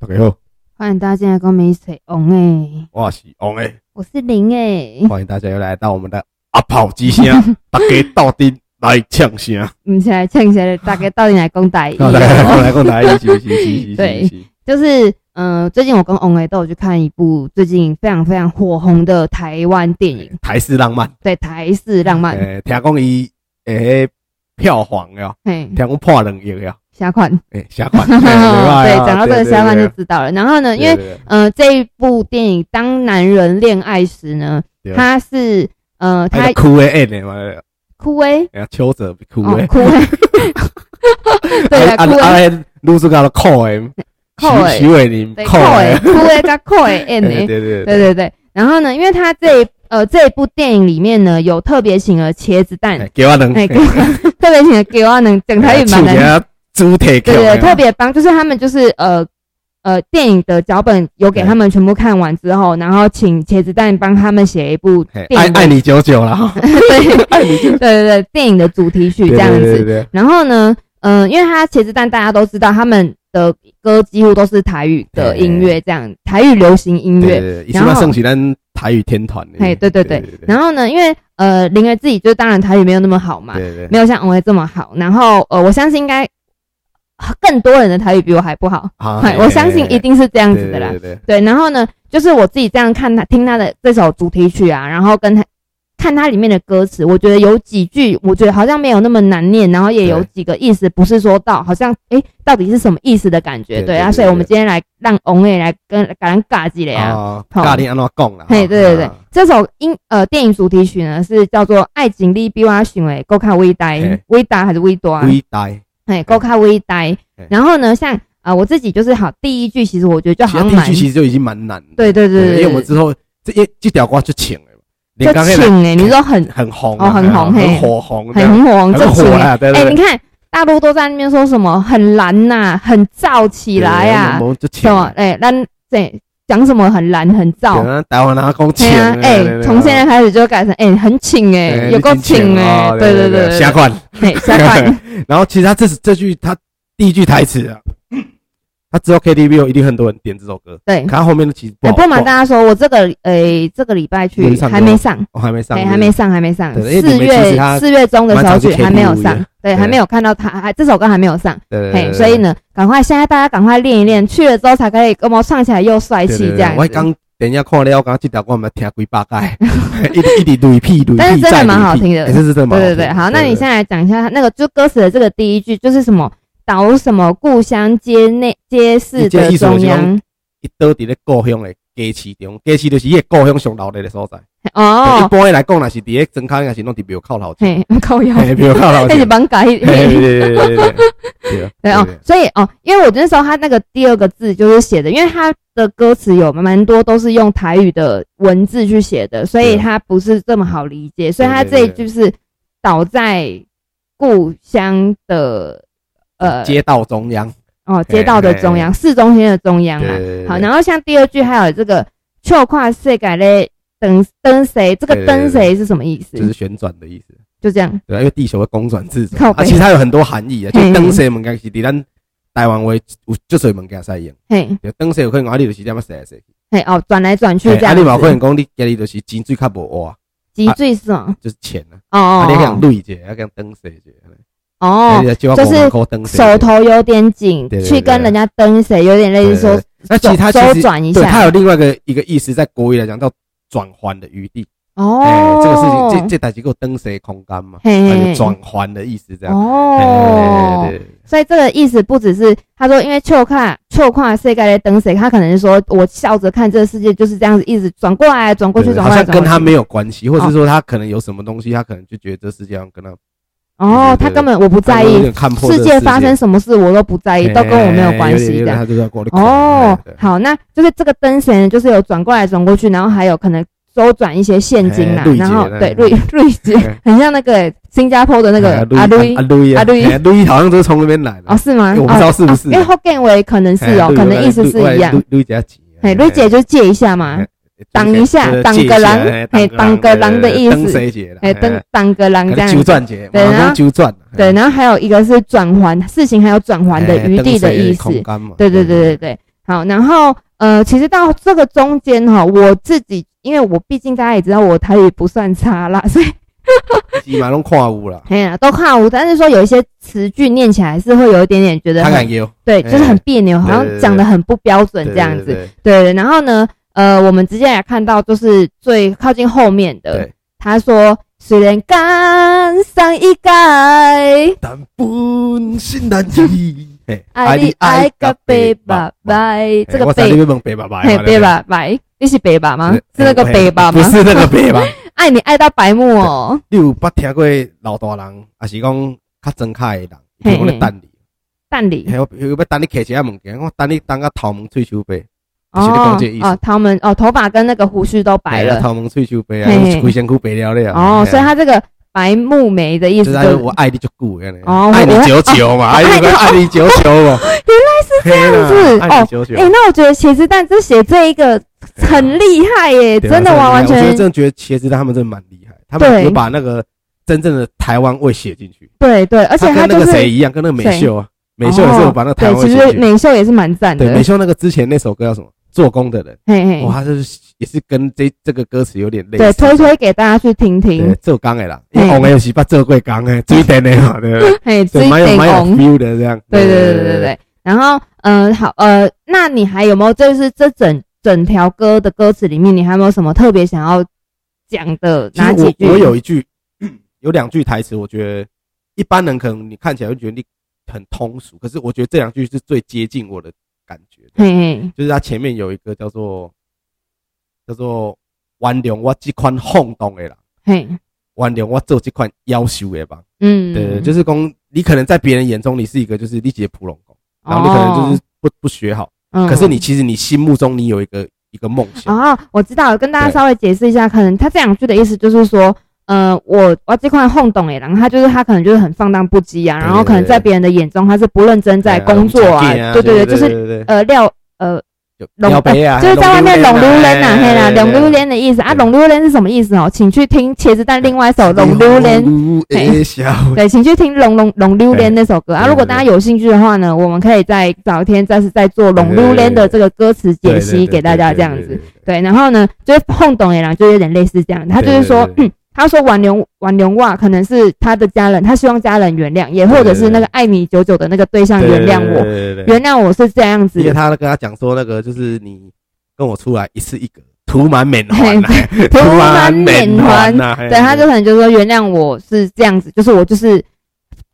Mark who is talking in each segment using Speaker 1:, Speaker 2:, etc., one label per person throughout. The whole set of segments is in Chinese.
Speaker 1: 大家好，
Speaker 2: 欢迎大家进来跟我们一起红哎、
Speaker 1: 我是王诶，
Speaker 2: 我是林哎、
Speaker 1: 欢迎大家又来到我们的阿炮之 声，大家到底来呛声，
Speaker 2: 唔起来呛起来，大家到底来讲大
Speaker 1: 大家来过来过来，一起一起一起
Speaker 2: 对
Speaker 1: 一起，
Speaker 2: 就是嗯、呃最近我跟红哎都有去看一部最近非常非常火红的台湾电影，
Speaker 1: 台式浪漫，
Speaker 2: 对台式浪漫，
Speaker 1: 诶，听讲伊诶票房了，
Speaker 2: 嘿
Speaker 1: 听，讲破两亿了，
Speaker 2: 虾款，
Speaker 1: 诶，下 款，
Speaker 2: 对，讲到这个虾
Speaker 1: 下
Speaker 2: 款就知道了。然后呢，因为呃这一部电影《当男人恋爱时》呢
Speaker 1: 对，
Speaker 2: 他是呃
Speaker 1: 他
Speaker 2: 他
Speaker 1: 哭诶诶的嘛，
Speaker 2: 枯萎，
Speaker 1: 哎呀，邱泽哭
Speaker 2: 哦
Speaker 1: 诶，
Speaker 2: 枯 萎，对啊，
Speaker 1: 啊
Speaker 2: 枯萎，
Speaker 1: 啊，露出个扣诶，徐伟林
Speaker 2: 对，欸
Speaker 1: 扣
Speaker 2: 枯
Speaker 1: 诶
Speaker 2: 萎，，枯萎加枯 萎，N
Speaker 1: 对
Speaker 2: 诶。
Speaker 1: 对
Speaker 2: 对
Speaker 1: 对，
Speaker 2: 对对。然后呢，因为他这一呃这一部电影里面呢，有特别请了茄子蛋，
Speaker 1: 给我两，
Speaker 2: 哎，给我 特别请了给我能整台语
Speaker 1: 哎
Speaker 2: 版的，
Speaker 1: 啊主题
Speaker 2: 对对，特别帮，就是他们就是呃呃电影的脚本有给他们全部看完之后，然后请茄子蛋帮他们写一 部
Speaker 1: 嘿
Speaker 2: 电
Speaker 1: 爱
Speaker 2: 影的，
Speaker 1: 爱你久久了哈，
Speaker 2: 对
Speaker 1: 爱哎你久
Speaker 2: 对对对，电影的主题曲 这样
Speaker 1: 对对对
Speaker 2: 子。
Speaker 1: 对
Speaker 2: 然后呢，嗯，因为他茄子蛋大家都知道他们。的歌几乎都是台语的音乐，这样台语流行音乐
Speaker 1: 对，对，一起码升起咱台语天团的。
Speaker 2: 嘿对对对
Speaker 1: 后
Speaker 2: 然后呢，因为呃，灵儿自己就当然台语没有那么好嘛，
Speaker 1: 对对
Speaker 2: 没有像王威这么好。然后呃，我相信应该更多人的台语比我还不好，
Speaker 1: 啊
Speaker 2: 哎，我相信一定是这样子的啦
Speaker 1: 对。对对，
Speaker 2: 对，然后呢，就是我自己这样看他听他的这首主题曲啊，然后跟他看他里面的歌词，我觉得有几句我觉得好像没有那么难念，然后也有
Speaker 1: 对
Speaker 2: 几个意思不是说到好像诶到底是什么意思的感
Speaker 1: 对
Speaker 2: 觉。
Speaker 1: 对
Speaker 2: 对啊，
Speaker 1: 对
Speaker 2: 所以我
Speaker 1: 对
Speaker 2: 们今天来让王威来跟咱尬几嘞啊。
Speaker 1: 啊，
Speaker 2: 好
Speaker 1: 教你安怎讲啦？
Speaker 2: 嘿，对对对
Speaker 1: 啊，
Speaker 2: 这首音呃电影主题曲呢是叫做《爱情里比我想的够卡微呆
Speaker 1: 嘿，
Speaker 2: 微呆还是微多啊？
Speaker 1: 微呆，
Speaker 2: 嘿，够卡微呆
Speaker 1: 嘿。
Speaker 2: 然后呢，像啊、呃我自己就是好，第一句其实我觉得就
Speaker 1: 其
Speaker 2: 好
Speaker 1: 实
Speaker 2: 像
Speaker 1: 第一
Speaker 2: 蛮
Speaker 1: 句其实就已经蛮难的。
Speaker 2: 对对对
Speaker 1: 因
Speaker 2: 对，
Speaker 1: 为我们之后这一这条歌就请了，
Speaker 2: 就请哎，你说很
Speaker 1: 很红，啊很火红，
Speaker 2: 很火红，
Speaker 1: 很
Speaker 2: 这请
Speaker 1: 火
Speaker 2: 哎
Speaker 1: 啦，对
Speaker 2: 哎，你
Speaker 1: 对。
Speaker 2: 看大陆都在那边说什么很蓝呐、很燥起来啊呀、
Speaker 1: 我们就请
Speaker 2: 什么哎，咱对讲什么很蓝很燥。
Speaker 1: 台湾人讲请
Speaker 2: 对啊，，哎、从现在开始就改成哎、很请哎、
Speaker 1: 啊
Speaker 2: 有够请哎、对对 对对，
Speaker 1: 下款。
Speaker 2: 嘿，下饭
Speaker 1: 然后其实他这这句他第一句台词啊，他之后 KTV 有一定很多人点这首歌，
Speaker 2: 对
Speaker 1: 可。他后面的其实不
Speaker 2: 我
Speaker 1: 好
Speaker 2: 不瞒
Speaker 1: 逛
Speaker 2: 大家说，我这个诶、这个礼拜去
Speaker 1: 没上
Speaker 2: 还没上，
Speaker 1: 我还没上，
Speaker 2: 哎，还没上，还没上。
Speaker 1: 对因为
Speaker 2: 四
Speaker 1: 你们其实他
Speaker 2: 月四月中的
Speaker 1: 蛮
Speaker 2: 小
Speaker 1: 常去
Speaker 2: 曲还没有
Speaker 1: KTV
Speaker 2: 上
Speaker 1: 的，
Speaker 2: 对，还
Speaker 1: 对
Speaker 2: 没有看到他，还这首歌还没有上，
Speaker 1: 对，
Speaker 2: 嘿，所以呢，赶快现在大家赶快练一练，去了之后才可以跟我们唱起来又帅
Speaker 1: 对，
Speaker 2: 气
Speaker 1: 对
Speaker 2: 这样
Speaker 1: 我
Speaker 2: 子。
Speaker 1: 刚等一下看了，我刚刚这条歌我们听几百盖，一直一直对屁对屁，
Speaker 2: 但是真的蛮好听的
Speaker 1: 这是真的蛮好
Speaker 2: 对对
Speaker 1: 听的。
Speaker 2: 对，好，那你现在讲一下那个就歌词的这个第一句就是什么？岛什么故乡街内街市
Speaker 1: 你这
Speaker 2: 的
Speaker 1: 意思就是
Speaker 2: 中央
Speaker 1: 一倒伫咧故乡的街市中，街市就是伊的故乡上闹热的所在。一
Speaker 2: 哦，
Speaker 1: 般的来讲，若是伫咧庄口，也是拢伫庙口头前，
Speaker 2: 嘿， 靠腰，
Speaker 1: 嘿庙口头
Speaker 2: 开始
Speaker 1: 前。
Speaker 2: 帮改。
Speaker 1: 嘿对对对对对对，
Speaker 2: 对哦，所以哦，因为我那时候他那个第二个字就是写的，因为他的歌词有蛮多都是用台语的文字去写的，所以
Speaker 1: 对
Speaker 2: 他不是这么好理解，所以他
Speaker 1: 对对
Speaker 2: 这一句是倒在故乡的呃
Speaker 1: 街道中央，
Speaker 2: 哦街道的中央，市中心的中央啊
Speaker 1: 对。对对
Speaker 2: 好，然后像第二句还有这个“秋跨世改嘞”。等等谁？这个
Speaker 1: 对对对
Speaker 2: 等谁是什么意思？
Speaker 1: 就是旋转的意思。
Speaker 2: 就这样。
Speaker 1: 对啊，因为地球会公转自转
Speaker 2: 靠
Speaker 1: 嘛，啊，
Speaker 2: 北嗯
Speaker 1: 其实它有很多含义啊，就
Speaker 2: 嘿
Speaker 1: 灯色物件是伫咱台湾话有足侪物件使用，
Speaker 2: 嘿，
Speaker 1: 就灯色有可能讲啊，你就是点么说说，
Speaker 2: 嘿，哦，转来转去
Speaker 1: 嘿
Speaker 2: 这
Speaker 1: 啊，
Speaker 2: 样
Speaker 1: 你
Speaker 2: 子。
Speaker 1: 嘛有可能讲你家里就是钱水较无哇，
Speaker 2: 脊椎是吗？
Speaker 1: 就是钱啊，
Speaker 2: 哦
Speaker 1: 啊，你讲
Speaker 2: 哦
Speaker 1: 累者，要讲灯色者，
Speaker 2: 哦哦，
Speaker 1: 是啊就
Speaker 2: 就是手头有点紧
Speaker 1: 对，对
Speaker 2: 去跟人家蹬谁，有点类似说
Speaker 1: 那其
Speaker 2: 手
Speaker 1: 实它其
Speaker 2: 周
Speaker 1: 实
Speaker 2: 转一
Speaker 1: 对它
Speaker 2: 下
Speaker 1: 有。另外一个一个意思，在国语来讲叫转换的余地，哎
Speaker 2: 哦，，嗯
Speaker 1: 这个事情这这代机构灯色空间嘛，它
Speaker 2: 嘿
Speaker 1: 就转换的意思这样，哎
Speaker 2: 哦
Speaker 1: 嘿，对对对
Speaker 2: 所以这个意思不只是他说，因为秋看秋看世界在等谁，他可能是说我笑着看这个世界就是这样子，一直转过来转过去
Speaker 1: 对
Speaker 2: 转
Speaker 1: 好
Speaker 2: 过来
Speaker 1: 像
Speaker 2: 转过
Speaker 1: 跟
Speaker 2: 去。
Speaker 1: 他没有关系，或者是说他可能有什么东西，他可能就觉得这世界上跟他对对对
Speaker 2: 哦，他根本我不在
Speaker 1: 他有
Speaker 2: 意
Speaker 1: 点看破这
Speaker 2: 世
Speaker 1: 个
Speaker 2: 界发生什么事，我都不在意，都跟我没有关系
Speaker 1: 哎有点有
Speaker 2: 这
Speaker 1: 点
Speaker 2: 样。
Speaker 1: 他就在过来
Speaker 2: 哦
Speaker 1: 对，对
Speaker 2: 好，那就是这个灯绳就是有转过来转过去，然后还有可能周转一些现金啦
Speaker 1: 哎，瑞
Speaker 2: 然后
Speaker 1: 杰
Speaker 2: 对
Speaker 1: 那
Speaker 2: 瑞瑞杰
Speaker 1: 哎
Speaker 2: 很像那个新加坡的那个
Speaker 1: 哎
Speaker 2: 阿瑞
Speaker 1: 阿瑞
Speaker 2: 阿瑞
Speaker 1: 哎瑞好像都是从那边来的
Speaker 2: 哦，，是吗？
Speaker 1: 哎我不知道是不是
Speaker 2: 哦因为 Hokkien 为可能是哦
Speaker 1: 哎，
Speaker 2: 可能意思是一样。。
Speaker 1: 瑞姐姐，
Speaker 2: 哎，瑞姐就借一下嘛
Speaker 1: 哎，
Speaker 2: 挡一下挡个狼
Speaker 1: 啊
Speaker 2: 哎挡个狼的意思
Speaker 1: 灯谁姐？
Speaker 2: 哎，当当个郎
Speaker 1: 可
Speaker 2: 这
Speaker 1: 能哎九
Speaker 2: 样。
Speaker 1: 转姐，
Speaker 2: 对
Speaker 1: 马
Speaker 2: 然
Speaker 1: 上
Speaker 2: 后
Speaker 1: 九转。啊哎
Speaker 2: 对，然后还有一个是转还，事情还有转还的余地的意思。
Speaker 1: 空间嘛
Speaker 2: 对对对对对，好，然后呃，其实到这个中间哈，我自己因为我毕竟大家也知道我台语不算差啦，所以
Speaker 1: 起码拢看有啦，
Speaker 2: 哎呀都看我，但是说有一些词句念起来是会有一点点觉得
Speaker 1: 他
Speaker 2: 很
Speaker 1: 敢有
Speaker 2: 对，就是很别扭，好
Speaker 1: 对对
Speaker 2: 像
Speaker 1: 对
Speaker 2: 讲的很不标准
Speaker 1: 对
Speaker 2: 这样
Speaker 1: 哎对
Speaker 2: 子。
Speaker 1: 对
Speaker 2: 对，然后呢，呃，我们直接来看到就是最靠近后面的
Speaker 1: 对，
Speaker 2: 他说虽然干上一改，
Speaker 1: 但本性难移。 嘿
Speaker 2: 爱你爱个白
Speaker 1: 爸
Speaker 2: 爸拜，这
Speaker 1: 嘿
Speaker 2: 个
Speaker 1: 我知道你
Speaker 2: 白
Speaker 1: 要问白爸爸
Speaker 2: 嘿
Speaker 1: 嘛，
Speaker 2: 白爸拜，你是白爸吗？是那个
Speaker 1: 嘿
Speaker 2: 白爸吗
Speaker 1: 哎不？是那个白 吧？
Speaker 2: 爱你爱到白目哦，
Speaker 1: 你有捌听过老大人，还是讲较真卡的人，
Speaker 2: 嘿
Speaker 1: 伊讲咧等你，
Speaker 2: 蛋里
Speaker 1: 嘿，我我要等你摕一下物件，我等你等个头毛喙手白，就是在
Speaker 2: 哦
Speaker 1: 讲这个意思哎
Speaker 2: 哦，他们哦头发跟那个胡须都白
Speaker 1: 嘿
Speaker 2: 了
Speaker 1: 头毛喙手白
Speaker 2: 嘿嘿
Speaker 1: 啊，规身躯白了了。
Speaker 2: 哦，
Speaker 1: 嘿
Speaker 2: 所以他这个白目眉的意
Speaker 1: 哎就
Speaker 2: 思
Speaker 1: 是
Speaker 2: 就
Speaker 1: 爱我爱你就久，这样
Speaker 2: 哦
Speaker 1: 爱你
Speaker 2: 我哦
Speaker 1: 久久嘛，爱你爱你久久嘛。原来是
Speaker 2: 这样子
Speaker 1: 爱你久久
Speaker 2: 哎、。那我觉得茄子蛋这写这一个很厉害耶、
Speaker 1: 啊对啊
Speaker 2: 真的完完
Speaker 1: 我觉
Speaker 2: 全
Speaker 1: 得真的觉得茄子蛋他们真的蛮厉害，他
Speaker 2: 对
Speaker 1: 们有把那个真正的台湾味写进去。
Speaker 2: 对对，而且
Speaker 1: 他跟那
Speaker 2: 就
Speaker 1: 个
Speaker 2: 是哦
Speaker 1: 谁一样，跟那个美秀啊，美秀也是有把那个台
Speaker 2: 对，
Speaker 1: 湾味
Speaker 2: 其
Speaker 1: 写
Speaker 2: 实
Speaker 1: 进去。
Speaker 2: 美秀也是蛮赞的
Speaker 1: 对，，美秀那个之前那首歌叫什么？做工的人，
Speaker 2: 嘿嘿，
Speaker 1: 哇，他就是也是跟这这个歌词有点类
Speaker 2: 对，
Speaker 1: 似。
Speaker 2: 推推给大家去听
Speaker 1: 对
Speaker 2: 听，
Speaker 1: 做工的啦，
Speaker 2: 嘿
Speaker 1: 因为红的是把做过工的，最甜的嘛，对不 对？
Speaker 2: 嘿，
Speaker 1: 对，蛮有
Speaker 2: 美
Speaker 1: 蛮有
Speaker 2: 工，
Speaker 1: feel 的这样。
Speaker 2: 对对对对对。然后，呃，好，呃，那你还有没有就是这整整条歌的歌词里面，你还有没有什么特别想要讲的
Speaker 1: 其
Speaker 2: 哪
Speaker 1: 实
Speaker 2: 几句？
Speaker 1: 我我有一句， 有两句台词，我觉得一般人可能你看起来会觉得你很通俗，可是我觉得这两句是最接近我的感觉的。
Speaker 2: 嘿嘿，
Speaker 1: 就是它前面有一个叫做叫做原谅我这款轰动的人，
Speaker 2: 嘿，
Speaker 1: 原谅我做这款要求的吧。
Speaker 2: 嗯，
Speaker 1: 对，就是讲你可能在别人眼中你是一个就是力竭普龙工，然后你可能就是不不学好，
Speaker 2: 哦，
Speaker 1: 可是
Speaker 2: 嗯
Speaker 1: 你其实你心目中你有一个一个梦想。
Speaker 2: 哦，我知道，跟大家
Speaker 1: 对
Speaker 2: 稍微解释一下，可能他这两句的意思就是说，呃，我我这块哄懂诶，然后他就是他可能就是很放荡不羁啊，
Speaker 1: 对
Speaker 2: 然后可能在别人的眼中他是不认真在工作啊，对对对，就是
Speaker 1: 是
Speaker 2: 呃料呃
Speaker 1: 龙杯啊，
Speaker 2: 就是在外面拢溜莲呐，啊嘿啦，拢溜
Speaker 1: 莲
Speaker 2: 莲的意思啊，
Speaker 1: 啊对
Speaker 2: 拢溜莲是什么意思哦？请去听茄子蛋另外一首拢溜莲。
Speaker 1: 哎，小
Speaker 2: 对，请去听《龙龙龙溜莲》那首歌啊！
Speaker 1: 对对
Speaker 2: 如果大家有兴趣的话呢，我们可以再找一天再是再做《龙溜莲》的这个歌词解析给大家这样子。。对，然后呢，就是碰懂野狼，就有点类似这样，他就是说，
Speaker 1: 对对对
Speaker 2: 嗯，他说挽留挽留袜可能是他的家人，他希望家人原谅，也或者是那个爱你久久的那个对象原谅我，
Speaker 1: 我
Speaker 2: 原谅我是这样子
Speaker 1: 因为，他跟他讲说，那个就是你跟我出来一次一个，涂满缅
Speaker 2: 嘿
Speaker 1: 怀 呐，
Speaker 2: 涂满
Speaker 1: 缅
Speaker 2: 缅
Speaker 1: 怀
Speaker 2: 怀，
Speaker 1: 呐，
Speaker 2: 对，他就可能就说原谅我是这样子，就是我就是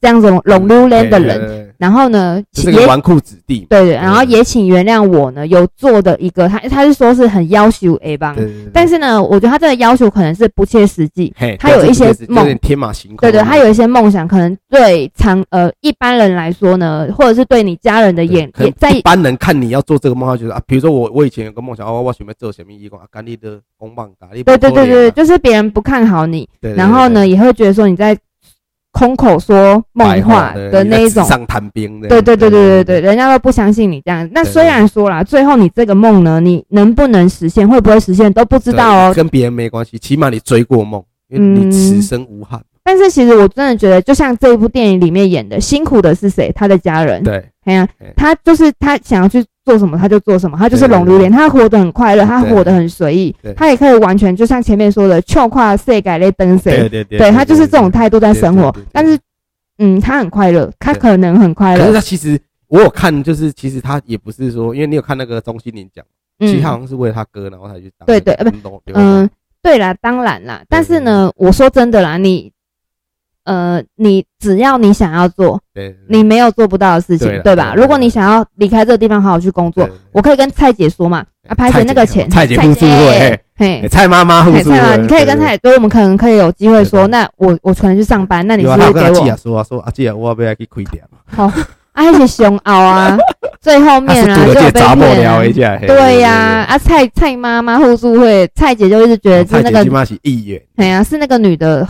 Speaker 2: 这样子拢
Speaker 1: 对
Speaker 2: 溜脸的，
Speaker 1: 对
Speaker 2: 人，
Speaker 1: 对对
Speaker 2: 然后呢，
Speaker 1: 就是
Speaker 2: 也
Speaker 1: 个嗯纨绔子弟嘛。
Speaker 2: 对对，然后
Speaker 1: 对
Speaker 2: 也请原谅我呢有做的一个，他他是说是很要求 A 帮
Speaker 1: 对，对，对
Speaker 2: 但是呢，我觉得他这个要求可能是不切实际，
Speaker 1: 嘿
Speaker 2: 他有一些
Speaker 1: 就是有点
Speaker 2: 梦
Speaker 1: 天马行空。
Speaker 2: 对对，他有一些梦想，可能对常呃一般人来说呢，或者是对你家人的
Speaker 1: 对
Speaker 2: 眼
Speaker 1: 可能
Speaker 2: 也在
Speaker 1: 一般人看你要做这个梦，他觉得啊，比如说我我以前有个梦想，哦，我准备做什么义工啊，干你的公棒咖喱。
Speaker 2: 对对对对，
Speaker 1: 对
Speaker 2: 就是别人不看好你，
Speaker 1: 对，
Speaker 2: 然后呢也会觉得说你在空口说梦话的那一种，
Speaker 1: 上谈兵的。
Speaker 2: 对对对对对对，人家都不相信你这样。那
Speaker 1: 对
Speaker 2: 虽然说啦，最后你这个梦呢，你能不能实现，会不会实现都不知道哦。
Speaker 1: 跟别人没关系，起码你追过梦，因为
Speaker 2: 嗯
Speaker 1: 你此生无憾。
Speaker 2: 但是其实我真的觉得，就像这一部电影里面演的，辛苦的是谁？他的家人。
Speaker 1: 对，
Speaker 2: 哎呀
Speaker 1: 对，
Speaker 2: 他就是他想要去做什么他就做什么，他就是
Speaker 1: 对对
Speaker 2: 龙榴莲，他活得很快乐，他
Speaker 1: 对
Speaker 2: 活得很随意
Speaker 1: 对，
Speaker 2: 他也可以完全就像前面说的，跳跨世改类登谁，
Speaker 1: 对对
Speaker 2: 对他就是这种态度在
Speaker 1: 对对
Speaker 2: 生活
Speaker 1: 对对对。
Speaker 2: 但是，嗯，他很快乐，他
Speaker 1: 对
Speaker 2: 可能很快
Speaker 1: 可是
Speaker 2: 乐，
Speaker 1: 他其实我有看，就是其实他也不是说，因为你有看那个钟欣凌讲，其实
Speaker 2: 嗯
Speaker 1: 他好像是为了他哥，然后才去当
Speaker 2: 对对
Speaker 1: 那个流浪
Speaker 2: 嗯，对啦，当然啦，但是呢，我说真的啦，你。呃，你只要你想要做，
Speaker 1: 对对
Speaker 2: 你没有做不到的事情
Speaker 1: 对啦，
Speaker 2: 对
Speaker 1: 对
Speaker 2: 吧？
Speaker 1: 对
Speaker 2: 如果你
Speaker 1: 对
Speaker 2: 想要离开这个地方，好好去工作，我可以跟蔡姐说嘛，啊，拍成那个钱，
Speaker 1: 哎蔡姐互助会，
Speaker 2: 嘿
Speaker 1: 哎，，蔡妈妈 互
Speaker 2: 嘿，
Speaker 1: 助
Speaker 2: 蔡妈，
Speaker 1: 会，
Speaker 2: 啊你可以跟蔡姐，所以我们可能可以有机会说，
Speaker 1: 对对
Speaker 2: 那我我可能去上班，那
Speaker 1: 那
Speaker 2: 你是不
Speaker 1: 他
Speaker 2: 是
Speaker 1: 有跟阿
Speaker 2: 给
Speaker 1: 季
Speaker 2: 我
Speaker 1: 啊说啊，说阿季啊，我要不要去开店？
Speaker 2: 啊一些熊熬 啊，最后
Speaker 1: 他是
Speaker 2: 面啊
Speaker 1: 读
Speaker 2: 就
Speaker 1: 了
Speaker 2: 有
Speaker 1: 这
Speaker 2: 被
Speaker 1: 杂货
Speaker 2: 骗
Speaker 1: 聊一
Speaker 2: 啊，
Speaker 1: 下，嘿
Speaker 2: 对呀，，啊蔡蔡妈妈互助会，蔡姐就一直觉
Speaker 1: 对对对哦
Speaker 2: 得
Speaker 1: 蔡
Speaker 2: 是那
Speaker 1: 姐起
Speaker 2: 个，
Speaker 1: 码是议员，
Speaker 2: 哎呀，是那个女的，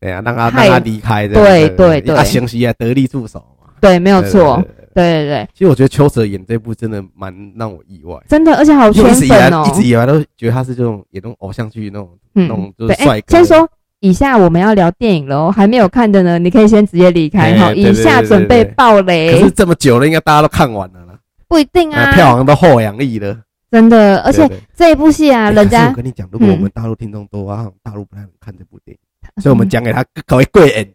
Speaker 1: 对啊，让他
Speaker 2: 太
Speaker 1: 让他离开的，
Speaker 2: 对对对
Speaker 1: 啊，行是啊，得力助手嘛，
Speaker 2: 对，没有
Speaker 1: 对
Speaker 2: 错，。
Speaker 1: 对对对
Speaker 2: 对对对，
Speaker 1: 其实我觉得邱泽演这部真的蛮让我意外。
Speaker 2: 真的，而且好
Speaker 1: 因为
Speaker 2: 圈
Speaker 1: 我一直以来
Speaker 2: 粉哦
Speaker 1: 一，直以来都觉得他是这种演那种偶像剧那种那
Speaker 2: 嗯
Speaker 1: 种，就
Speaker 2: 对，
Speaker 1: 是
Speaker 2: 哎
Speaker 1: 帅，哥。
Speaker 2: 先说。以下我们要聊电影喽，还没有看的呢，你可以先直接离开哈。
Speaker 1: 哎对
Speaker 2: 以
Speaker 1: 对
Speaker 2: 下
Speaker 1: 对
Speaker 2: 准备
Speaker 1: 对
Speaker 2: 爆
Speaker 1: 可
Speaker 2: 雷
Speaker 1: 是，这么久了，应该大家都看完了啦。
Speaker 2: 不一定
Speaker 1: 那
Speaker 2: 啊，
Speaker 1: 票房都后两亿了。
Speaker 2: 真的。而且
Speaker 1: 对对
Speaker 2: 这一部戏啊，
Speaker 1: 哎
Speaker 2: 人
Speaker 1: 可是
Speaker 2: 家
Speaker 1: 我跟你讲，如果
Speaker 2: 嗯嗯
Speaker 1: 我们大陆听众多啊，大陆不太能看这部电影，所以我们讲给他搞一贵人，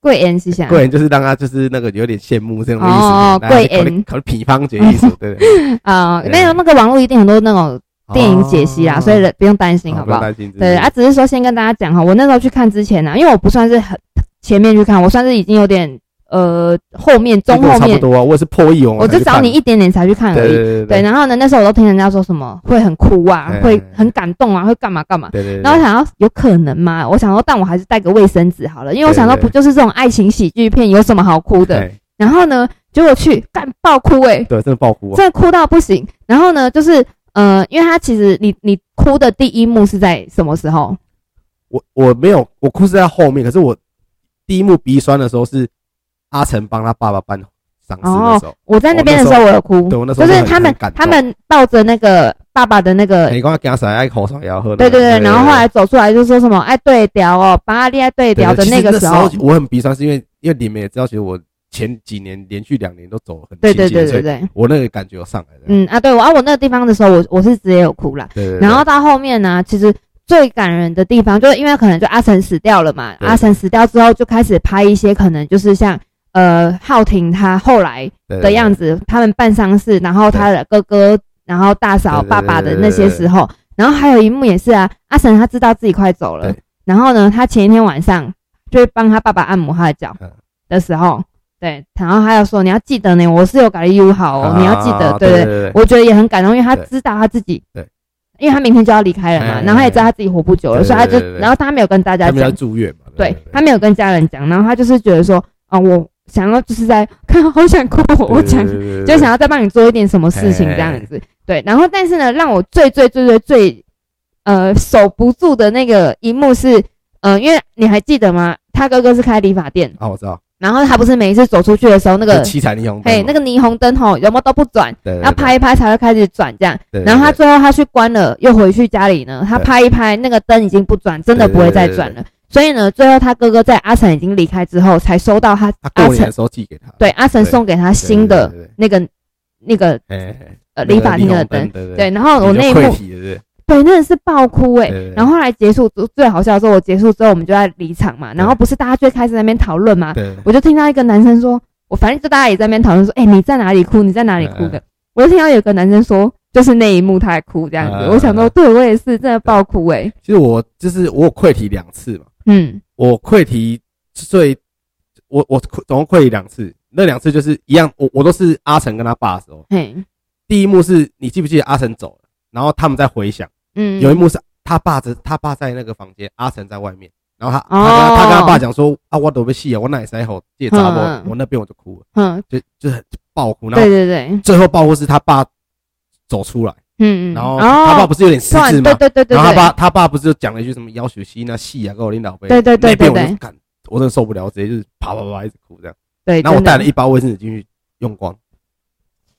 Speaker 2: 贵言是想，
Speaker 1: 贵人就是让他就是那个有点羡慕这种意思，
Speaker 2: 啊
Speaker 1: 啊
Speaker 2: 哦
Speaker 1: 然后
Speaker 2: 贵
Speaker 1: 考虑
Speaker 2: 人
Speaker 1: 考虑比方决意思，对对对
Speaker 2: 啊，
Speaker 1: 对
Speaker 2: 没有那个网络一定很多那种 电影解析啦，
Speaker 1: 哦
Speaker 2: 所以人不用担心，好
Speaker 1: 好
Speaker 2: 不好？
Speaker 1: 担心，
Speaker 2: 对啊，，只是说先跟大家讲哈，我那时候去看之前呢、啊因为我不算是很前面去看，我算是已经有点呃后面中
Speaker 1: 这跟我
Speaker 2: 后
Speaker 1: 差不
Speaker 2: 面，
Speaker 1: 多啊，我也是破亿哦，
Speaker 2: 我就找你一点点才去看
Speaker 1: 对
Speaker 2: 而已。
Speaker 1: 对对
Speaker 2: 对，
Speaker 1: 对
Speaker 2: 然后呢，那时候我都听人家说什么会很哭啊
Speaker 1: 对，
Speaker 2: 会很感动啊，会干嘛干嘛。
Speaker 1: 对对，
Speaker 2: 然后我想要有可能吗？我想说，但我还是带个卫生纸好了，因为我想说
Speaker 1: 对对哎
Speaker 2: 不就是这种爱情喜剧片有什么好哭的？
Speaker 1: 对
Speaker 2: 然后呢，结果去干爆哭欸诶、
Speaker 1: 对，真的爆哭啊，
Speaker 2: 真的哭到不行。然后呢，就是呃，因为他其实你你哭的第一幕是在什么时候？
Speaker 1: 我我没有，我哭是在后面，可是我第一幕鼻酸的时候是阿成帮他爸爸办丧事的时候，
Speaker 2: 我在那边的时候我有哭，
Speaker 1: 对哦我那时
Speaker 2: 就
Speaker 1: 候
Speaker 2: 是
Speaker 1: 很
Speaker 2: 他们
Speaker 1: 很感动
Speaker 2: 他们抱着那个爸爸的那个，
Speaker 1: 你刚刚讲啥？爱口水要喝那
Speaker 2: 对
Speaker 1: 个，
Speaker 2: 对对，然后后来走出来就说什么哎对调哦，把利爱对
Speaker 1: 对
Speaker 2: 调的
Speaker 1: 其实
Speaker 2: 个
Speaker 1: 那
Speaker 2: 时
Speaker 1: 时
Speaker 2: 候，
Speaker 1: 我很鼻酸，是因为因为你们也知道，其实我前几年连续两年都走很
Speaker 2: 对对对
Speaker 1: 所
Speaker 2: 对
Speaker 1: 以
Speaker 2: 对，
Speaker 1: 我那个感觉有上来的。
Speaker 2: 嗯啊对我啊我那个地方的时候我我是直接有哭啦，
Speaker 1: 对，对对
Speaker 2: 然后到后面呢、其实最感人的地方，就是因为可能就阿成死掉了嘛，
Speaker 1: 对
Speaker 2: 阿成死掉之后就开始拍一些可能就是像呃浩廷他后来
Speaker 1: 对对
Speaker 2: 的
Speaker 1: 对
Speaker 2: 样子，他们办丧事，然后他的哥哥，然后大嫂、
Speaker 1: 对对对
Speaker 2: 爸爸的那些时候，然后还有一幕也是啊，阿成他知道自己快走了
Speaker 1: 对，
Speaker 2: 然后呢，他前一天晚上就会帮他爸爸按摩他的脚
Speaker 1: 嗯
Speaker 2: 的时候，对，然后还有说你要记得呢，我是有改优好哦，你要记得，
Speaker 1: 啊
Speaker 2: 对
Speaker 1: 对
Speaker 2: 对
Speaker 1: 对对
Speaker 2: 我觉得也很感动，因为他
Speaker 1: 对
Speaker 2: 知道他自己，
Speaker 1: 对，
Speaker 2: 因为他明天就要离开了嘛，
Speaker 1: 哎
Speaker 2: 然后他也知道他自己活不久了，
Speaker 1: 对
Speaker 2: 所以他
Speaker 1: 对
Speaker 2: 就
Speaker 1: 对对，对
Speaker 2: 然后他没有跟大家
Speaker 1: 他们要
Speaker 2: 讲，
Speaker 1: 住院嘛，
Speaker 2: 对
Speaker 1: 对
Speaker 2: 他没有跟家人讲，然后他就是觉得说，啊，我想要就是在 看，好想哭，我我想就想要再帮你做一点什么事情
Speaker 1: 哎哎哎
Speaker 2: 这样子，对，然后但是呢，让我最最最最最呃守不住的那个一幕是，呃，因为你还记得吗？他哥哥是开理发店，
Speaker 1: 啊，我知道
Speaker 2: 然后他不是每一次走出去的时候，那
Speaker 1: 那
Speaker 2: 个
Speaker 1: 七彩霓虹灯嘛，
Speaker 2: 嘿那个霓虹灯吼，有没有都不转，
Speaker 1: 对，对
Speaker 2: 要拍，一拍才会开始转这样。
Speaker 1: 对对对
Speaker 2: 然后他
Speaker 1: 对
Speaker 2: 最后他去关了，又回去家里呢，他
Speaker 1: 对
Speaker 2: 拍一拍，那个灯已经不转，真的不会再转了。所以呢，最后他哥哥在阿成已经离开之后，才收到他
Speaker 1: 他
Speaker 2: 阿
Speaker 1: 过年
Speaker 2: 成
Speaker 1: 的时候寄给他，
Speaker 2: 对阿成
Speaker 1: 对
Speaker 2: 送给他
Speaker 1: 对
Speaker 2: 新的，那个那个
Speaker 1: 哎，哎
Speaker 2: 呃理发厅的
Speaker 1: 灯，
Speaker 2: 灯。
Speaker 1: 对对
Speaker 2: 对，，然后我那一
Speaker 1: 你就
Speaker 2: 幕
Speaker 1: 溃，体了是
Speaker 2: 对，那是爆哭哎、
Speaker 1: 对对对
Speaker 2: 然后后来结束，最好笑的是我结束之后，我们就在离场嘛，然后不是大家最开始在那边讨论嘛
Speaker 1: 不，是，对，
Speaker 2: 我就听到一个男生说，我反正就大家也在那边讨论说，哎、你在哪里哭？你在哪里哭的？
Speaker 1: 嗯
Speaker 2: 我就听到有个男生说，就是那一幕他还哭这样子，
Speaker 1: 嗯嗯嗯
Speaker 2: 我想说，对我也是真的爆哭哎、
Speaker 1: 其实我就是我有溃体两次嘛，
Speaker 2: 嗯，
Speaker 1: 我溃体最，我我溃总共溃体两次，那两次就是一样，我我都是阿成跟他爸的时候，
Speaker 2: 嘿，
Speaker 1: 第一幕是你记不记得阿成走了，然后他们在回想，
Speaker 2: 嗯，
Speaker 1: 有一幕是他爸在他爸在那个房间，阿成在外面，然后他
Speaker 2: 哦
Speaker 1: 他跟他他跟他爸讲说啊，我都被戏啊，我哪里塞好借杂
Speaker 2: 嗯嗯
Speaker 1: 我我那边我就哭了，
Speaker 2: 嗯，
Speaker 1: 就就很爆哭，然
Speaker 2: 对
Speaker 1: 后
Speaker 2: 对对，
Speaker 1: 最后爆哭是他爸走出来，
Speaker 2: 嗯，嗯
Speaker 1: 然后他爸不是有点失
Speaker 2: 突然
Speaker 1: 智吗
Speaker 2: 对？对对对对，
Speaker 1: 然后他爸他爸不是就讲了一句什么要学西那戏啊，跟我领导杯，
Speaker 2: 对对对
Speaker 1: 那边我
Speaker 2: 对
Speaker 1: 就感我真的受不了，直接就是啪啪啪一直哭这样。
Speaker 2: 对，
Speaker 1: 然后我
Speaker 2: 真的
Speaker 1: 带了一包卫生纸进去用光，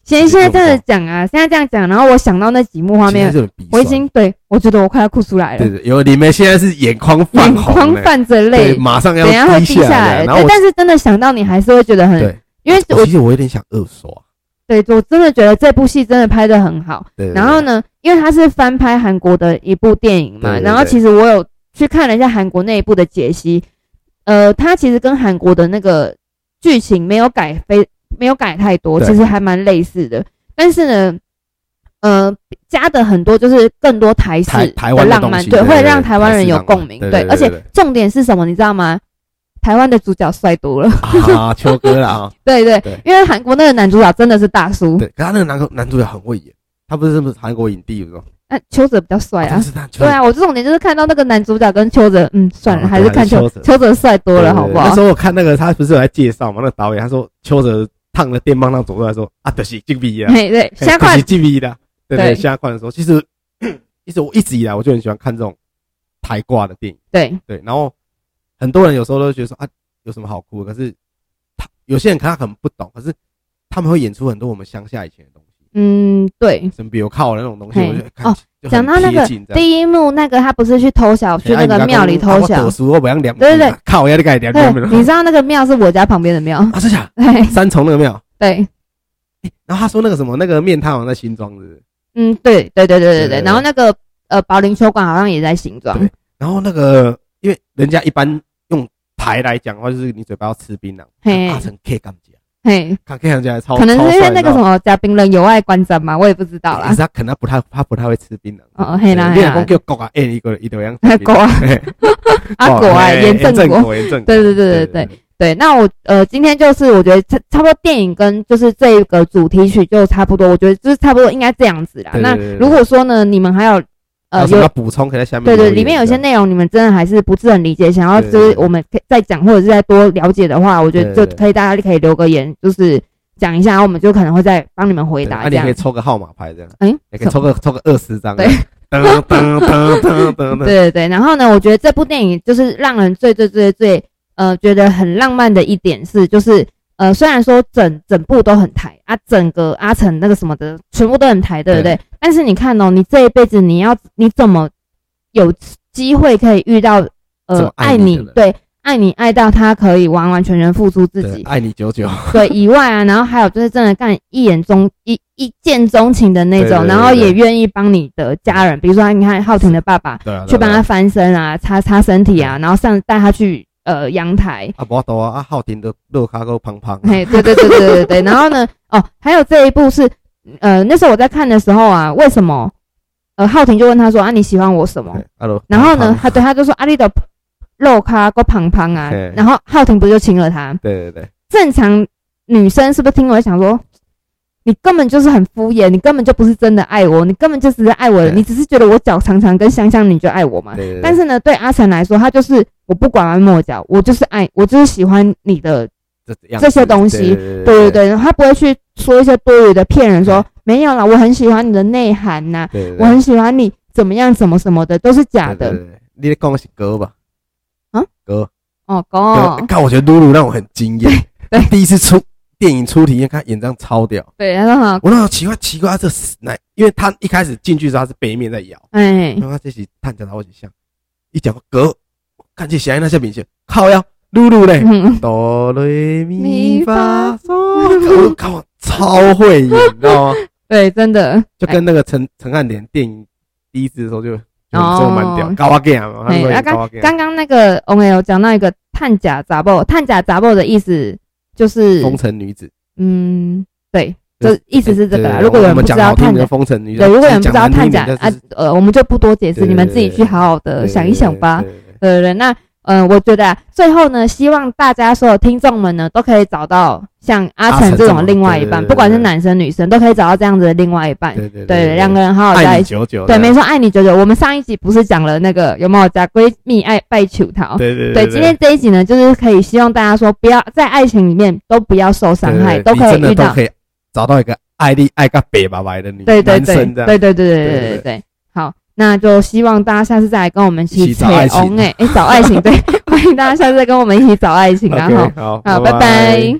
Speaker 2: 其实现在这样子讲啊，现在这样讲，然后我想到那几幕画面，
Speaker 1: 就很鼻
Speaker 2: 我
Speaker 1: 酸
Speaker 2: 已经对我觉得我快要哭出来
Speaker 1: 对
Speaker 2: 了，
Speaker 1: 对，有你们现在是眼眶泛
Speaker 2: 眼
Speaker 1: 红、
Speaker 2: 眶
Speaker 1: 欸
Speaker 2: 泛着
Speaker 1: 对，
Speaker 2: 泪，
Speaker 1: 马上要
Speaker 2: 等一下会滴
Speaker 1: 下
Speaker 2: 下来。
Speaker 1: 然后
Speaker 2: 对，
Speaker 1: 我
Speaker 2: 但是真的想到你，还是会觉得很
Speaker 1: 对，
Speaker 2: 因为
Speaker 1: 我
Speaker 2: 我
Speaker 1: 哦其实我有点想二啊刷，
Speaker 2: 对我真的觉得这部戏真的拍的很好。
Speaker 1: 对对对
Speaker 2: 然后呢，因为它是翻拍韩国的一部电影嘛，
Speaker 1: 对对对
Speaker 2: 然后其实我有去看了一下韩国那一部的解析，呃，它其实跟韩国的那个剧情没有改非没有改太多，
Speaker 1: 对
Speaker 2: 其实还蛮类似的，但是呢。呃，加的很多就是更多台式
Speaker 1: 台台湾的
Speaker 2: 浪
Speaker 1: 东
Speaker 2: 漫，
Speaker 1: 西
Speaker 2: 对，
Speaker 1: 对对
Speaker 2: 会
Speaker 1: 对
Speaker 2: 让台湾人有
Speaker 1: 台式浪漫
Speaker 2: 共鸣，
Speaker 1: 对
Speaker 2: 对。
Speaker 1: 对对
Speaker 2: 而且
Speaker 1: 对对
Speaker 2: 重点是什么，你知道吗？台湾的主角帅多了，
Speaker 1: 啊，秋哥啦啊，
Speaker 2: 对对
Speaker 1: 对，
Speaker 2: 因为韩国那个男主角真的是大叔，
Speaker 1: 对，可他那个男主男主角很会演，他不是什么韩国影帝，有没有？
Speaker 2: 那邱泽比较帅啊
Speaker 1: 但，是他秋
Speaker 2: 对啊，我这种点就是看到那个男主角跟邱泽，嗯，算了，
Speaker 1: 啊
Speaker 2: 还是看
Speaker 1: 嗯
Speaker 2: 邱
Speaker 1: 对还是邱
Speaker 2: 邱泽帅多了，
Speaker 1: 对对对
Speaker 2: 好不
Speaker 1: 那
Speaker 2: 好
Speaker 1: 时？候我看那个他不是有来介绍嘛，那个导演他说邱泽烫了电棒上走出来说啊，德西进逼 啊，
Speaker 2: 嘿，对，
Speaker 1: 嘿
Speaker 2: 下
Speaker 1: 就是
Speaker 2: 款
Speaker 1: 进逼的，对
Speaker 2: 对
Speaker 1: 对，瞎看的时候，其实 其实我一直以来我就很喜欢看这种台挂的电影。
Speaker 2: 对，
Speaker 1: 对，然后很多人有时候都觉得说啊，有什么好哭的？可是他有些人可能他很不懂，可是他们会演出很多我们乡下以前的东西，
Speaker 2: 嗯，对。
Speaker 1: 什么比如靠那种东西，
Speaker 2: 嘿
Speaker 1: 我就看
Speaker 2: 哦
Speaker 1: 就很
Speaker 2: 讲到那
Speaker 1: 贴
Speaker 2: 个
Speaker 1: 近这样哎
Speaker 2: 第一幕，那个他不是去偷小，去那个庙里偷小，
Speaker 1: 我不要两，
Speaker 2: 对对对，
Speaker 1: 靠，我要你改两
Speaker 2: 对
Speaker 1: 两，
Speaker 2: 你知道那个庙是我家旁边的庙，
Speaker 1: 啊，是假
Speaker 2: 对
Speaker 1: 三重那个庙，
Speaker 2: 对，
Speaker 1: 然后他说那个什么，那个面瘫好像在新庄的，
Speaker 2: 嗯，对对对对对
Speaker 1: 对
Speaker 2: 对。然后那个呃，保龄球馆好像也在新庄
Speaker 1: 对，然后那个因为人家一般用牌来讲的话，就是你嘴巴要吃槟榔，啊
Speaker 2: 嘿
Speaker 1: 大成 K 干加，
Speaker 2: 嘿，
Speaker 1: 看 K 干加超，
Speaker 2: 可能是因为那个什
Speaker 1: 么
Speaker 2: 么嘉宾人有爱观瞻嘛，我也不知道啦
Speaker 1: 是。他可能他不太他不太会吃槟榔，
Speaker 2: 哦嘿啦
Speaker 1: 你
Speaker 2: 嘿
Speaker 1: 老
Speaker 2: 啦，
Speaker 1: 公叫狗啊，哎一个一个样
Speaker 2: 国
Speaker 1: 哦
Speaker 2: 啊，阿国啊，严正国，
Speaker 1: 国，严正国，
Speaker 2: 对对对对对对，那我呃，今天就是我觉得差差不多电影跟就是这一个主题曲就差不多，我觉得就是差不多应该这样子啦。
Speaker 1: 对对对对
Speaker 2: 那如果说呢，你们还有
Speaker 1: 呃，
Speaker 2: 呃
Speaker 1: 有什么要
Speaker 2: 有
Speaker 1: 补充可以在下面
Speaker 2: 对
Speaker 1: 留言。
Speaker 2: 对，里面有些内容你们真的还是不是很理解，想要
Speaker 1: 对
Speaker 2: 就
Speaker 1: 对
Speaker 2: 是我们可以再讲或者是再多了解的话，我觉得
Speaker 1: 对
Speaker 2: 就
Speaker 1: 对
Speaker 2: 可以大家可以留个言，就是讲一下，然后我们就可能会再帮你们回
Speaker 1: 对
Speaker 2: 答
Speaker 1: 啊
Speaker 2: 这
Speaker 1: 你可
Speaker 2: 样
Speaker 1: 以。抽个号码牌这样，
Speaker 2: 嗯，
Speaker 1: 你可以抽个抽个二十张，啊
Speaker 2: 对
Speaker 1: 噔噔噔噔噔噔，
Speaker 2: 对对对，然后呢，我觉得这部电影就是让人最最最最呃觉得很浪漫的一点是，就是呃虽然说整整部都很台啊，整个阿成那个什么的全部都很台，对不对？但是你看哦，你这一辈子你要你怎么有机会可以遇到
Speaker 1: 这
Speaker 2: 呃
Speaker 1: 么爱你
Speaker 2: 你
Speaker 1: 的人
Speaker 2: 对爱你爱到他可以完完全全付出自
Speaker 1: 对
Speaker 2: 己
Speaker 1: 爱你久 久，
Speaker 2: 对以外啊，然后还有就是真的干一眼钟一一见钟情的那
Speaker 1: 对对
Speaker 2: 种，
Speaker 1: 对
Speaker 2: 然后
Speaker 1: 对
Speaker 2: 也愿意帮你的家人，比如说你看浩廷的爸爸。
Speaker 1: 对啊，
Speaker 2: 去帮
Speaker 1: 对
Speaker 2: 他
Speaker 1: 啊
Speaker 2: 翻身啊，擦擦身体啊，然后上带他去呃阳 台。
Speaker 1: 啊，无多啊，啊，浩廷的肉卡够胖胖啊，
Speaker 2: 嘿，对对对对对对。然后呢，哦，还有这一部是呃那时候我在看的时候啊，为什么呃浩廷就问他说啊你喜欢我什么
Speaker 1: 对？啊，就
Speaker 2: 然后呢
Speaker 1: 胖，胖
Speaker 2: 他对他就说阿啊丽的肉咖够胖胖啊
Speaker 1: 对。
Speaker 2: 然后浩廷不就亲了他？
Speaker 1: 对对对，
Speaker 2: 正常女生是不是听我想说？你根本就是很敷衍，你根本就不是真的爱我，你根本就只是爱我，
Speaker 1: 对
Speaker 2: 你只是觉得我脚长长跟香香，你就爱我嘛
Speaker 1: 对。对对
Speaker 2: 但是呢，对阿成来说，他就是我不拐弯抹角，我就是爱，我就是喜欢你的，
Speaker 1: 这样
Speaker 2: 这
Speaker 1: 子
Speaker 2: 些东西
Speaker 1: 对
Speaker 2: 对对
Speaker 1: 对
Speaker 2: 对，然后他不会去说一些多余的骗人说，没有啦，我很喜欢你的内涵呐、
Speaker 1: 对对，
Speaker 2: 我很喜欢你怎么样，怎么什么的，都是
Speaker 1: 对
Speaker 2: 假
Speaker 1: 对
Speaker 2: 的
Speaker 1: 对，对你在讲的是歌吧？
Speaker 2: 啊，
Speaker 1: 歌，
Speaker 2: 哦。
Speaker 1: 歌
Speaker 2: 哦，，
Speaker 1: 看我觉得露露让我很惊艳，
Speaker 2: 对对
Speaker 1: 第一次出电影出体验，看演唱超屌，
Speaker 2: 对，他说好，
Speaker 1: 我那时候奇怪奇怪，啊这是哪？因为他一开始进去的时候他是背面在摇，
Speaker 2: 哎，
Speaker 1: 然后他这是探着好几项，一讲歌，看这谁那些明星靠呀，露露嘞。
Speaker 2: 嗯，
Speaker 1: 哆来咪
Speaker 2: 咪
Speaker 1: 发
Speaker 2: 发
Speaker 1: 嗦，我靠，超会演，你知 道吗？
Speaker 2: 对，真的，哎
Speaker 1: 就跟那个陈陈汉典电影第一支的时候就，就这个蛮屌，高啊 g a 嘛，他
Speaker 2: 哦哎，
Speaker 1: 说
Speaker 2: 啊
Speaker 1: 高啊
Speaker 2: 刚
Speaker 1: g a
Speaker 2: 刚刚那个 o n 有讲到一个探假杂报，探假杂报的意思就是，
Speaker 1: 风尘女子，
Speaker 2: 嗯，对，就意思是这个啦。
Speaker 1: 对
Speaker 2: 如果有
Speaker 1: 我
Speaker 2: 人不
Speaker 1: 们
Speaker 2: 知
Speaker 1: 讲
Speaker 2: 道
Speaker 1: 好听
Speaker 2: 探
Speaker 1: 的
Speaker 2: 假。
Speaker 1: 风尘女子，
Speaker 2: 对，如果有人不知道
Speaker 1: 讲难
Speaker 2: 探
Speaker 1: 听
Speaker 2: 假
Speaker 1: 点
Speaker 2: 啊
Speaker 1: 就是，
Speaker 2: 呃，我们就不多解释，
Speaker 1: 对
Speaker 2: 你们自己去好好的
Speaker 1: 对
Speaker 2: 想一想吧。
Speaker 1: 对对对对
Speaker 2: 对对，那嗯、呃我觉得、啊、最后呢，希望大家所有听众们呢，都可以找到像阿
Speaker 1: 阿成
Speaker 2: 成这
Speaker 1: 这种
Speaker 2: 种另外一
Speaker 1: 对对
Speaker 2: 半，
Speaker 1: 对
Speaker 2: 不管是
Speaker 1: 对
Speaker 2: 男生女生，都可以找到这样子的另外一半。
Speaker 1: 对对
Speaker 2: 对，两个人好好在
Speaker 1: 爱
Speaker 2: 一
Speaker 1: 你
Speaker 2: 起。
Speaker 1: 久久，
Speaker 2: 对，没错，爱你久久。我们上一集不是讲了那个有没有加闺蜜爱拜求桃？
Speaker 1: 对对
Speaker 2: 对，今天这一集呢，就是可以希望大家说，不要在爱情里面都不要受伤害，
Speaker 1: 对对对
Speaker 2: 都可以
Speaker 1: 你真的
Speaker 2: 遇到
Speaker 1: 都可以找到一个爱你爱个白白白的女
Speaker 2: 对对
Speaker 1: 男
Speaker 2: 对
Speaker 1: 生这样
Speaker 2: 对对对对对
Speaker 1: 对对
Speaker 2: 对对。好，那就希望大家下次再来跟我们
Speaker 1: 一
Speaker 2: 一
Speaker 1: 起
Speaker 2: 起
Speaker 1: 找爱情
Speaker 2: 哎哎找爱情，对，欢迎大家下次再跟我们一起找爱情啊，
Speaker 1: ，OK，好，
Speaker 2: 好，好，拜
Speaker 1: 拜
Speaker 2: 拜